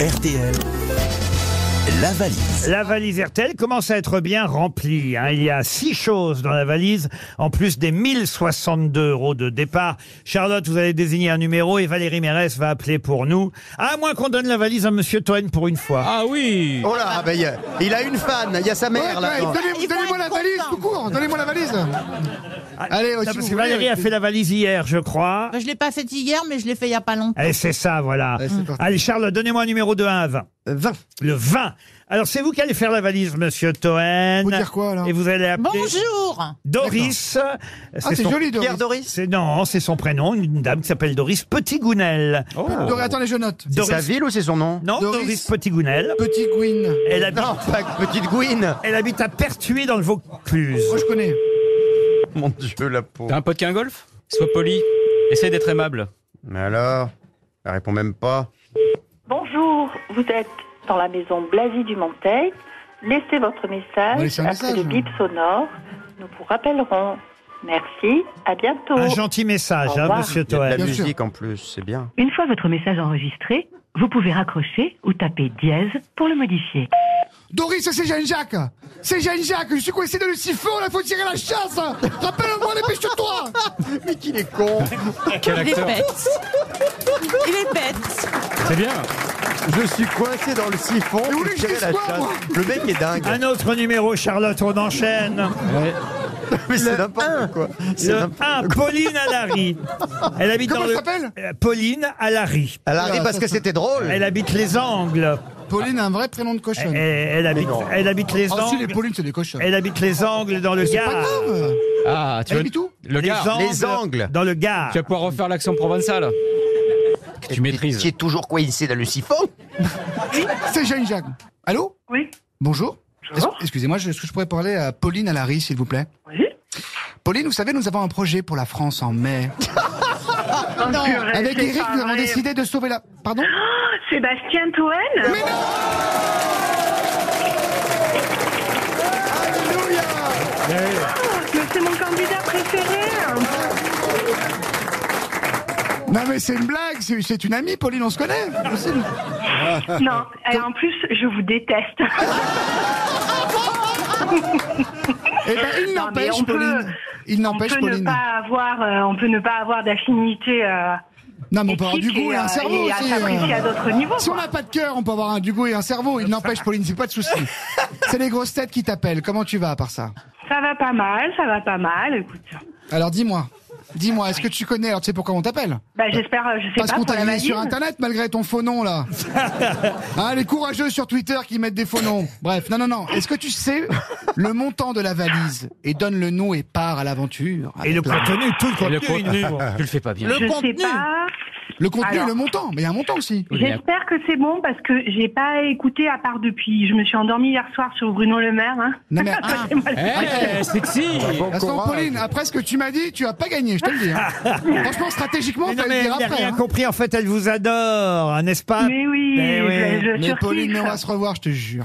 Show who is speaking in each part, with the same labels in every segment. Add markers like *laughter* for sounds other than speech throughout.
Speaker 1: RTL, la valise.
Speaker 2: La valise RTL commence à être bien remplie. hein. Il y a six choses dans la valise, en plus des 1062 euros de départ. Charlotte, vous allez désigner un numéro et Valérie Mérès va appeler pour nous. À moins qu'on donne la valise à Monsieur Toen pour une fois.
Speaker 3: Ah oui
Speaker 4: Oh là, ah ben, il y a- il a une fan, il y a sa mère là.
Speaker 5: Ouais, donnez, moi la valise, tout court. Donnez-moi la valise. allez,
Speaker 2: Ah, Non,
Speaker 5: si
Speaker 2: parce
Speaker 5: vous
Speaker 2: que
Speaker 5: voulez,
Speaker 2: Valérie a
Speaker 5: oui.
Speaker 2: fait la valise hier, je crois.
Speaker 6: Je l'ai pas faite hier, mais je l'ai fait il y a pas longtemps.
Speaker 2: Et c'est ça, voilà.
Speaker 5: Ouais, c'est parti.
Speaker 2: allez, Charlotte, donnez-moi un numéro de 1 à 20.
Speaker 5: 20.
Speaker 2: Le 20. Alors, c'est vous qui allez faire la valise, Monsieur Toen.
Speaker 5: Vous dire quoi, alors
Speaker 2: Et vous allez appeler
Speaker 6: Bonjour
Speaker 2: Doris.
Speaker 5: Ah, c'est
Speaker 2: son-
Speaker 5: joli, Doris.
Speaker 4: Pierre Doris
Speaker 2: C'est non, c'est son prénom, une dame qui s'appelle Doris Petitgounel.
Speaker 5: Doris, attendez, je note.
Speaker 4: C'est
Speaker 2: Doris-
Speaker 4: sa ville ou c'est son nom
Speaker 2: Non, Doris,
Speaker 5: Doris-
Speaker 2: Petitgounel.
Speaker 5: Petit Gwyn.
Speaker 2: Elle habite,
Speaker 4: Non, pas que petite Gouine.
Speaker 2: elle habite à Pertuis dans le Vaucluse.
Speaker 5: Moi, je connais.
Speaker 4: Mon dieu, la peau.
Speaker 3: T'as un pote qui a un golf Sois poli. Essaye d'être aimable.
Speaker 4: Mais alors Elle répond même pas.
Speaker 7: Bonjour, vous êtes dans la maison Blasie du Monteil. Laissez votre
Speaker 5: On va
Speaker 7: message
Speaker 5: laisser un
Speaker 7: après le
Speaker 5: message. hein.
Speaker 7: bip sonore. Nous vous rappellerons. Merci, à bientôt.
Speaker 5: Ah,
Speaker 2: Un gentil message,
Speaker 7: Au
Speaker 2: hein,
Speaker 7: revoir.
Speaker 2: monsieur
Speaker 4: Il y a de la
Speaker 2: Toen.
Speaker 5: Bien sûr.
Speaker 4: musique en plus, c'est bien.
Speaker 8: Une fois votre message enregistré, vous pouvez raccrocher ou taper dièse pour le modifier.
Speaker 5: Doris, c'est Jeanne-Jacques. C'est Jeanne-Jacques. Je suis coincé dans le siphon, là, faut tirer la chasse. Rappelle-moi, dépêche-toi.
Speaker 4: Mais qu'il est con
Speaker 3: Quel
Speaker 6: Il est
Speaker 3: acteur
Speaker 6: bête Il est bête
Speaker 3: C'est bien
Speaker 4: Je suis coincé dans le siphon.
Speaker 5: vous voulez
Speaker 4: je
Speaker 5: que
Speaker 4: tirais
Speaker 5: je dise
Speaker 4: la
Speaker 5: quoi,
Speaker 4: chasse.
Speaker 5: moi
Speaker 4: Le mec est dingue.
Speaker 2: Un autre numéro, Charlotte, on enchaîne.
Speaker 4: Mais c'est n'importe quoi. C'est
Speaker 2: Le
Speaker 4: n'importe-
Speaker 2: 1, Pauline Alary. Elle habite
Speaker 5: Comment
Speaker 2: dans
Speaker 5: elle
Speaker 2: le-
Speaker 5: s'appelle
Speaker 2: Euh, Pauline Alary.
Speaker 4: Elle arrive parce que c'était drôle.
Speaker 2: Elle habite les Angles.
Speaker 5: Pauline a un vrai prénom de
Speaker 2: Elle,
Speaker 5: cochonne.
Speaker 2: elle habite,
Speaker 4: non.
Speaker 2: elle habite les
Speaker 5: Oh, si,
Speaker 2: Angles.
Speaker 5: les Paulines, c'est des cochons.
Speaker 2: Elle habite les Angles dans le
Speaker 5: C'est pas
Speaker 2: Gard.
Speaker 5: grave.
Speaker 3: Ah, tu
Speaker 5: Elle
Speaker 3: vas...
Speaker 5: habite où
Speaker 3: Le gars,
Speaker 4: Les Angles.
Speaker 2: Dans le Gard.
Speaker 3: tu vas pouvoir refaire l'accent provençal. Que tu maîtrises.
Speaker 4: Qui est toujours coincé dans le siphon
Speaker 5: C'est Jeanne-Jacques. Allô
Speaker 7: Oui,
Speaker 5: Bonjour.
Speaker 7: Bonjour.
Speaker 5: Est-ce- Excusez-moi, je- est-ce que je pourrais parler à Pauline Alary, s'il vous plaît
Speaker 7: oui.
Speaker 5: Pauline, vous savez, nous avons un projet pour la France en mai.
Speaker 7: *laughs* Non,
Speaker 5: Avec Eric, nous avons décidé de sauver la... Pardon
Speaker 7: Ah, Sébastien Toen Mais c'est mon candidat préféré hein.
Speaker 5: Non mais c'est une blague, c'est c'est une amie, Pauline, on se connaît. Eh ben, C'est possible.
Speaker 7: Non, et en plus, je vous déteste.
Speaker 5: Ah, Eh ben, il
Speaker 7: Non, mais
Speaker 5: n'empêche,
Speaker 7: on peut-
Speaker 5: Pauline. Il
Speaker 7: On
Speaker 5: n'empêche,
Speaker 7: peut, ne
Speaker 5: Pauline.
Speaker 7: pas avoir, euh, on peut ne pas avoir d'affinité euh,
Speaker 5: Non, mais on peut avoir du
Speaker 7: éthique
Speaker 5: goût et
Speaker 7: euh,
Speaker 5: un cerveau
Speaker 7: et à
Speaker 5: aussi.
Speaker 7: s'apprécier à
Speaker 5: euh.
Speaker 7: d'autres niveaux.
Speaker 5: Si on
Speaker 7: quoi.
Speaker 5: n'a pas de cœur, on peut avoir un du goût et un cerveau. Il n'empêche, Pauline, c'est pas de souci. C'est les grosses têtes qui t'appellent. Comment tu vas à part ça
Speaker 7: Ça va pas mal, ça va pas mal, écoute. Bah,
Speaker 5: Alors dis-moi. Dis-moi, est-ce que tu connais Alors tu sais pourquoi on t'appelle
Speaker 7: Bah, j'espère, euh, je sais
Speaker 5: Parce
Speaker 7: pas,
Speaker 5: qu'on
Speaker 7: pour
Speaker 5: t'a
Speaker 7: la
Speaker 5: mis
Speaker 7: valise.
Speaker 5: sur Internet malgré ton faux nom
Speaker 7: *laughs*
Speaker 5: là. Ah, les courageux sur Twitter qui mettent des faux noms. Bref, non, non, non. Est-ce que tu sais le montant de la valise et donne le nom et part à l'aventure
Speaker 2: Et le
Speaker 5: avec la-
Speaker 2: contenu, tout le
Speaker 3: Et le
Speaker 2: contenu. il
Speaker 3: *laughs*
Speaker 2: nous-
Speaker 3: co- Tu le fais pas bien.
Speaker 7: Je sais pas.
Speaker 5: Le contenu
Speaker 7: Alors.
Speaker 5: et le montant, mais il y a un montant aussi.
Speaker 3: Oui, mais-
Speaker 7: J'espère que c'est bon parce que j'ai pas écouté à part depuis. Je me suis endormie hier soir sur Bruno Le Maire. Hein.
Speaker 5: Non,
Speaker 7: *laughs*
Speaker 5: mais- ah,
Speaker 7: Ça fait mal.
Speaker 3: Eh, sexy
Speaker 5: De toute façon, Pauline, après ce que tu m'as dit, tu as pas gagné, je te le dis. hein.
Speaker 7: *laughs*
Speaker 5: Franchement, stratégiquement,
Speaker 2: Mais non,
Speaker 5: t'as
Speaker 2: mais
Speaker 5: le dire
Speaker 2: elle n'a
Speaker 5: après.
Speaker 2: rien
Speaker 5: hein.
Speaker 2: compris. En fait, elle vous adore, hein, n'est-ce pas
Speaker 7: Mais oui,
Speaker 2: Mais oui.
Speaker 7: je- je,
Speaker 5: Ah, Mais
Speaker 7: surkiffe.
Speaker 5: Pauline, mais on va se revoir, je te jure.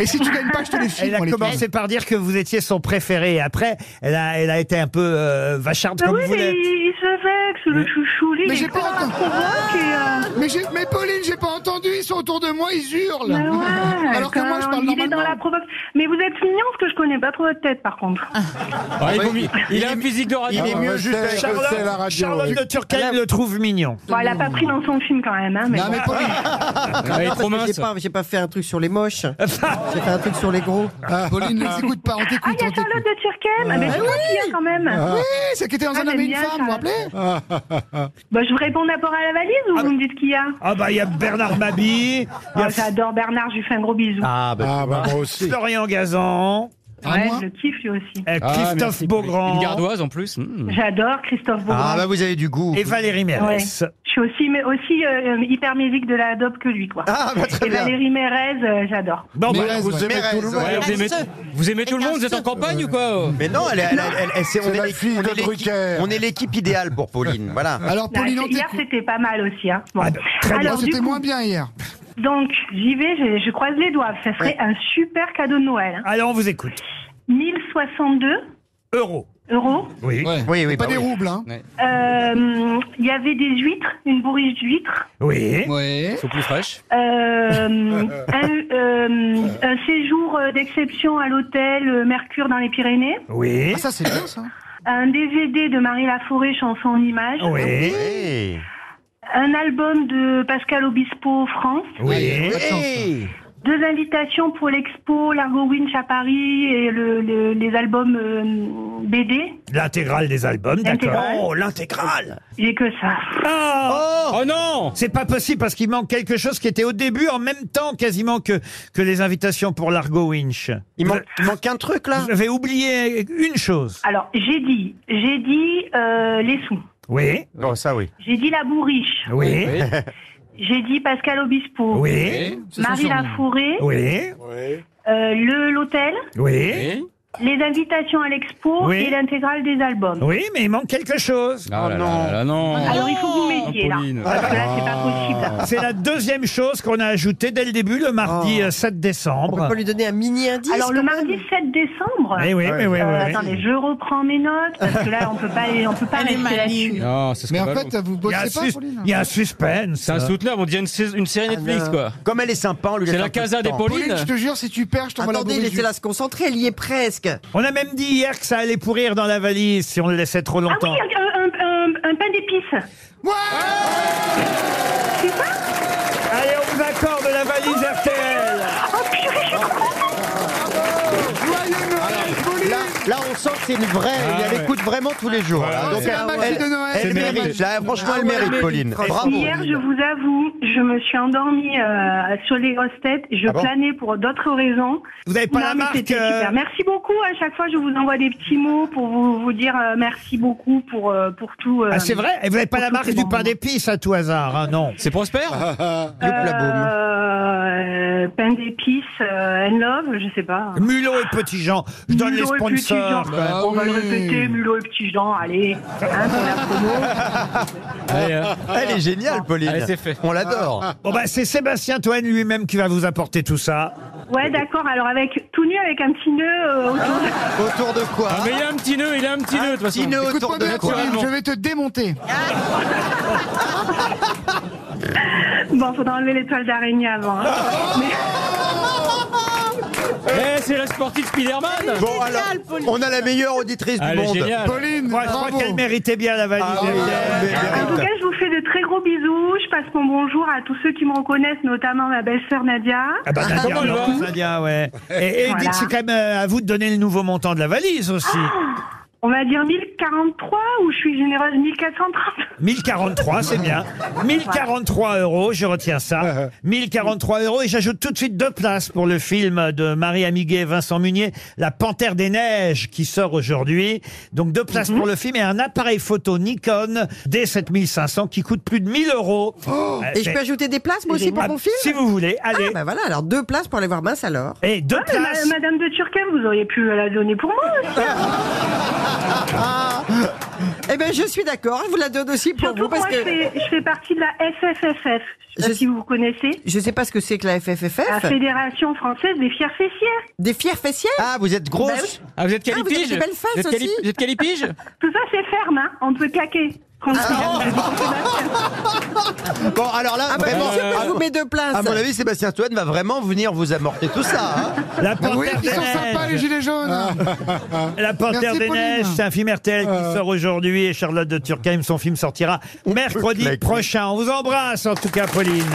Speaker 5: Et si tu gagnes pas, je te les file.
Speaker 2: Elle a
Speaker 5: moi, les
Speaker 2: commencé
Speaker 5: filles.
Speaker 2: par dire que vous étiez son préféré. Après, elle a, elle a été un peu euh, vacharde
Speaker 7: Mais
Speaker 2: comme
Speaker 7: Ah oui,
Speaker 2: vous
Speaker 7: Euh, mais
Speaker 2: l'êtes.
Speaker 7: il, il se vexe, le chouchou, lui,
Speaker 5: Mais
Speaker 7: il
Speaker 5: j'ai
Speaker 7: est
Speaker 5: pas Ah,
Speaker 7: con,
Speaker 5: entendu.
Speaker 7: il provoque et, euh,
Speaker 5: Mais, j'ai- mais Pauline, j'ai pas entendu, ils sont autour de moi, ils hurlent.
Speaker 7: bah ouais,
Speaker 5: Alors que moi, je
Speaker 7: quand
Speaker 5: parle
Speaker 7: il est dans
Speaker 5: normalement.
Speaker 7: la provoque. Mais vous êtes mignon, parce que je connais pas trop votre tête, par contre.
Speaker 3: Ah, il, vaut mieux- il a un physique de radio.
Speaker 4: Il est mieux juste avec
Speaker 2: Charlotte, Charlotte de Turckheim le trouve mignon.
Speaker 7: Bon, elle a pas pris dans son film quand même, hein, mais
Speaker 5: Non, mais Pauline,
Speaker 3: Ah, il est trop mince.
Speaker 9: J'ai pas fait un truc sur les moches. J'ai fait un truc sur les gros.
Speaker 5: Pauline, ne les écoute pas, on
Speaker 7: Ah,
Speaker 5: t'écoute,
Speaker 7: il y
Speaker 5: on
Speaker 7: a Charlotte
Speaker 5: t'écoute. Ah
Speaker 7: de Turquem Mais c'est gentil, hein, quand même
Speaker 5: Oui, c'est qui était dans
Speaker 7: Ah,
Speaker 5: un homme et
Speaker 7: j'aime
Speaker 5: une
Speaker 7: bien,
Speaker 5: femme, vous vous
Speaker 7: Charlotte.
Speaker 5: rappelez
Speaker 7: Bah, je vous réponds d'abord à la valise ou vous me dites qu'il y a
Speaker 2: Ah bah il y a Bernard Mabie, il y
Speaker 7: Ah,
Speaker 2: a
Speaker 7: J'adore Bernard, je lui fais un gros bisou.
Speaker 4: Ah, bah,
Speaker 2: Florian Gazan,
Speaker 5: à
Speaker 7: ouais,
Speaker 5: Ah, moi
Speaker 7: je le kiffe lui aussi.
Speaker 2: euh,
Speaker 3: Ah,
Speaker 2: Christophe
Speaker 3: merci. Une
Speaker 2: Beaugrand
Speaker 3: gardoise en plus. Hmm.
Speaker 7: J'adore Christophe
Speaker 4: ah,
Speaker 7: Beaugrand.
Speaker 4: bah vous avez du goût.
Speaker 2: et Valérie Mérès.
Speaker 7: Je suis aussi, mais aussi euh, hyper musique de la dope que lui, quoi.
Speaker 4: Ah, bah très
Speaker 7: Et
Speaker 4: bien.
Speaker 7: Valérie Mérez, euh, j'adore.
Speaker 2: Bon, bah,
Speaker 5: Mérez, ouais.
Speaker 4: Mérez, ouais.
Speaker 3: Ouais, vous, aimez, vous aimez tout
Speaker 2: Ah,
Speaker 3: le monde Vous êtes en campagne ou quoi
Speaker 4: Mais non, elle, elle- elle- elle- c'est- on,
Speaker 5: C'est
Speaker 4: est
Speaker 5: la
Speaker 4: l'équipe-
Speaker 5: fille
Speaker 4: on
Speaker 5: de
Speaker 4: est l'équipe-
Speaker 5: Drucker. Ah.
Speaker 4: on est l'équipe idéale pour Pauline. Voilà.
Speaker 5: Alors,
Speaker 7: Là,
Speaker 5: Pauline, on
Speaker 7: hier,
Speaker 5: t'écoute.
Speaker 7: c'était pas mal aussi. Hein. Bon.
Speaker 2: Ah, bah, très bien,
Speaker 5: Moi,
Speaker 7: Alors, du
Speaker 5: C'était
Speaker 7: coup,
Speaker 5: moins bien hier.
Speaker 7: donc, j'y vais, je, je croise les doigts. Ça
Speaker 4: Ouais.
Speaker 7: serait un super cadeau de Noël. hein.
Speaker 2: allez on vous écoute.
Speaker 7: 1062
Speaker 2: Euros.
Speaker 7: euros.
Speaker 2: Oui.
Speaker 5: Ouais.
Speaker 4: Oui, oui,
Speaker 5: C'est pas
Speaker 4: bah
Speaker 5: des
Speaker 4: oui.
Speaker 5: roubles, hein.
Speaker 7: Euh, Il y avait des huîtres, une bourriche d'huîtres,
Speaker 2: Oui.
Speaker 5: Ouais.
Speaker 3: Sont plus fraîches.
Speaker 7: euh, un, euh, un séjour euh, d'exception à l'hôtel euh, Mercure dans les Pyrénées,
Speaker 2: Oui.
Speaker 5: Ah, ça, c'est bien, ça.
Speaker 7: un DVD de Marie Laforêt, chanson en images,
Speaker 2: Oui.
Speaker 4: Hey.
Speaker 7: un album de Pascal Obispo France,
Speaker 2: Oui.
Speaker 4: Eh.
Speaker 5: Pas de chance, ça.
Speaker 7: deux invitations pour l'expo Largo Winch à Paris et le- le- les albums euh, BD.
Speaker 2: L'intégrale des albums, d'accord.
Speaker 7: L'intégrale.
Speaker 2: Oh, l'intégrale
Speaker 7: J'ai que ça.
Speaker 2: Ah
Speaker 3: Oh non
Speaker 2: C'est pas possible parce qu'il manque quelque chose qui était au début en même temps quasiment que, que les invitations pour l'Argo Winch.
Speaker 4: Il manque, il manque un truc là.
Speaker 2: Vous avez oublié une chose.
Speaker 7: Alors, j'ai dit, j'ai dit euh, les sous.
Speaker 2: Oui.
Speaker 4: Bon, ça oui.
Speaker 7: J'ai dit la bourriche.
Speaker 2: Oui.
Speaker 7: J'ai dit Pascal Obispo.
Speaker 2: Oui.
Speaker 5: C'est son
Speaker 7: Marie
Speaker 5: surnom.
Speaker 7: Lafouré.
Speaker 2: Oui.
Speaker 7: euh, le l'hôtel.
Speaker 3: Oh
Speaker 2: Oui.
Speaker 7: Les invitations à l'expo
Speaker 2: Oui.
Speaker 7: et l'intégrale des albums.
Speaker 2: Oui, mais il manque quelque chose.
Speaker 3: Ah là là là, non
Speaker 7: Alors, il faut que vous m'aidiez là.
Speaker 3: Pauline.
Speaker 7: Parce que là, c'est pas possible. là.
Speaker 2: C'est la deuxième chose qu'on a ajoutée dès le début, le mardi
Speaker 9: Oh.
Speaker 2: euh, 7
Speaker 9: On
Speaker 2: décembre.
Speaker 9: peut pas lui donner un mini indice.
Speaker 7: Alors, le
Speaker 9: quand
Speaker 7: mardi
Speaker 9: même
Speaker 7: 7 décembre.
Speaker 2: Eh oui, mais oui,
Speaker 7: Euh,
Speaker 2: oui, oui.
Speaker 7: Attendez, je reprends mes notes parce que là, on peut pas, on peut pas
Speaker 6: Elle est
Speaker 7: rester là-dessus.
Speaker 6: maligne.
Speaker 3: Non, c'est ce
Speaker 5: Mais
Speaker 3: qu'on
Speaker 5: en
Speaker 3: va-
Speaker 5: fait, vous
Speaker 2: Il y, a un
Speaker 5: bossez pas,
Speaker 2: sus-
Speaker 5: Pauline.
Speaker 2: il y a un suspense.
Speaker 3: C'est un souteneur, on dirait une, sais- une série Netflix,
Speaker 9: non.
Speaker 3: quoi.
Speaker 4: Comme elle est sympa, on lui laisse
Speaker 3: C'est
Speaker 4: un
Speaker 3: la
Speaker 4: peu de
Speaker 3: Casa des
Speaker 4: temps.
Speaker 5: Pauline, je
Speaker 3: Pauline
Speaker 5: te jure, si tu perds, je t'envoie la
Speaker 9: Attendez,
Speaker 5: bourriche.
Speaker 9: laissez-la se concentrer, elle y est presque.
Speaker 2: On a même dit hier que ça allait pourrir dans la valise si on le laissait trop
Speaker 7: Ah oui,
Speaker 2: longtemps.
Speaker 7: un, un- un- un pain d'épices.
Speaker 2: Allez, on vous accorde la valise
Speaker 7: Oh
Speaker 2: RTL.
Speaker 4: Là, là, on sent que c'est une vraie.
Speaker 3: Ah,
Speaker 4: elle
Speaker 3: ouais.
Speaker 4: écoute vraiment tous les jours. là. Donc,
Speaker 5: C'est la magie de Noël.
Speaker 4: elle
Speaker 5: c'est la
Speaker 4: mérite.
Speaker 5: magie.
Speaker 4: Là, franchement,
Speaker 9: Ah
Speaker 4: elle
Speaker 9: ouais, elle
Speaker 4: mérite,
Speaker 9: mérite,
Speaker 4: Pauline.
Speaker 9: franchement.
Speaker 2: Ah
Speaker 4: Bravo.
Speaker 7: Hier, je vous avoue, je me suis endormie euh, sur les grosses têtes. Je
Speaker 4: Ah bon
Speaker 7: planais pour d'autres raisons.
Speaker 2: Vous n'avez pas
Speaker 7: Non,
Speaker 2: la
Speaker 7: mais
Speaker 2: marque.
Speaker 7: c'était
Speaker 2: euh,
Speaker 7: super. Merci beaucoup. À chaque fois, je vous envoie des petits mots pour vous, vous dire euh, merci beaucoup pour, euh, pour tout. euh,
Speaker 2: Ah, c'est vrai Et vous n'avez pas la
Speaker 7: Surtout
Speaker 2: marque
Speaker 7: que
Speaker 2: du
Speaker 7: bon.
Speaker 2: pain d'épices à tout hasard, hein, non
Speaker 3: C'est Prosper
Speaker 7: euh, pain d'épices, euh, and love, je sais pas.
Speaker 2: Mulot et Petit Jean, je donne les
Speaker 7: Mulot et Petit Jean.
Speaker 2: sponsors.
Speaker 5: Bah
Speaker 7: On va le
Speaker 5: oui.
Speaker 7: répéter, Mulot et Petit Jean, allez. Hein, pour la promo.
Speaker 3: Allez,
Speaker 2: *laughs*
Speaker 3: euh,
Speaker 4: Elle est géniale, Pauline.
Speaker 3: Allez, c'est fait.
Speaker 4: On l'adore.
Speaker 2: Bon bah c'est Sébastien Toine lui-même qui va vous apporter tout ça.
Speaker 7: Ouais, d'accord. Alors, avec tout nu, avec un petit nœud euh, autour.
Speaker 4: Autour de quoi
Speaker 3: Ah, mais il a un petit nœud, il a un petit nœud, de toute façon.
Speaker 4: Tino autour
Speaker 5: Écoute-moi
Speaker 4: de
Speaker 5: bien,
Speaker 4: quoi
Speaker 5: Pauline,
Speaker 3: Naturellement.
Speaker 5: je vais te démonter.
Speaker 7: Bon, faudra enlever les toiles d'araignée avant. hein.
Speaker 3: Eh, c'est la sportive Spider-Man
Speaker 4: Bon, alors, on a la meilleure auditrice du
Speaker 3: Allez,
Speaker 4: monde.
Speaker 3: génial
Speaker 5: Pauline,
Speaker 2: Moi je
Speaker 5: bravo.
Speaker 2: crois qu'elle méritait bien la valise.
Speaker 4: Ah, oui,
Speaker 2: RTL.
Speaker 4: elle mérite.
Speaker 7: En tout cas, je vous fais de très gros bisous. Je passe mon bonjour à tous ceux qui me reconnaissent, notamment ma belle-sœur Nadia.
Speaker 2: Ah bah Nadia,
Speaker 3: Comment elle
Speaker 2: alors,
Speaker 3: va
Speaker 2: Nadia, ouais. Et, et
Speaker 7: Voilà. Ah,
Speaker 2: dites, c'est quand même euh, à vous de donner le nouveau montant de la valise aussi.
Speaker 7: On va dire 1043 ou je suis généreuse 1430
Speaker 2: 1043, c'est bien. 1043 euros, je retiens ça. 1043 euros et j'ajoute tout de suite deux places pour le film de Marie Amiguet et Vincent Munier, La Panthère des Neiges, qui sort aujourd'hui. Donc deux places pour le film et un appareil photo Nikon D7500 qui coûte plus de 1000 euros. Euh,
Speaker 9: Et je
Speaker 2: mais-
Speaker 9: peux ajouter des places, moi aussi, pour
Speaker 2: Ah,
Speaker 9: mon film
Speaker 2: Si vous voulez, allez.
Speaker 9: Ah, bah voilà, alors deux places pour aller voir Mince alors.
Speaker 2: Et deux
Speaker 7: Ah, mais ma-
Speaker 2: places.
Speaker 7: Madame de Turquem, vous auriez pu euh, la donner pour moi. aussi.
Speaker 9: Eh ben, je suis d'accord, je vous la donne aussi pour
Speaker 7: Surtout
Speaker 9: vous
Speaker 7: que
Speaker 9: parce
Speaker 7: moi, je,
Speaker 9: que
Speaker 7: fais, je fais partie de la FFFF. Je sais
Speaker 9: Je-
Speaker 7: pas si vous connaissez.
Speaker 9: je sais pas ce que c'est que la
Speaker 7: La
Speaker 9: FFFF.
Speaker 7: Fédération Française des Fiers Fessières.
Speaker 9: Des fières fessières
Speaker 4: Ah, vous êtes
Speaker 9: Bah
Speaker 4: grosse
Speaker 9: oui.
Speaker 3: Ah, vous êtes
Speaker 9: Ah, vous avez
Speaker 3: calipige
Speaker 9: des belles fesses
Speaker 3: Vous êtes cali-
Speaker 9: aussi.
Speaker 3: Vous êtes calipige
Speaker 7: Tout ça, c'est ferme, hein. On peut claquer. Quand- *laughs*
Speaker 4: Bon, alors là,
Speaker 9: Ah, bah,
Speaker 4: vraiment.
Speaker 9: bien sûr que je vous mets deux places.
Speaker 4: À mon avis, Sébastien Toine va vraiment venir vous amorter tout ça. hein.
Speaker 2: La
Speaker 5: Bah oui,
Speaker 2: Panthère
Speaker 5: ils
Speaker 2: des
Speaker 5: sont sympas, les
Speaker 2: Neiges.
Speaker 5: gilets jaunes.
Speaker 2: La Panthère
Speaker 5: Merci,
Speaker 2: des
Speaker 5: Pauline. Euh.
Speaker 2: Neiges, c'est un film RTL qui sort aujourd'hui et Charlotte de Turckheim, son film sortira mercredi
Speaker 4: claquer.
Speaker 2: prochain. On vous embrasse en tout cas, Pauline.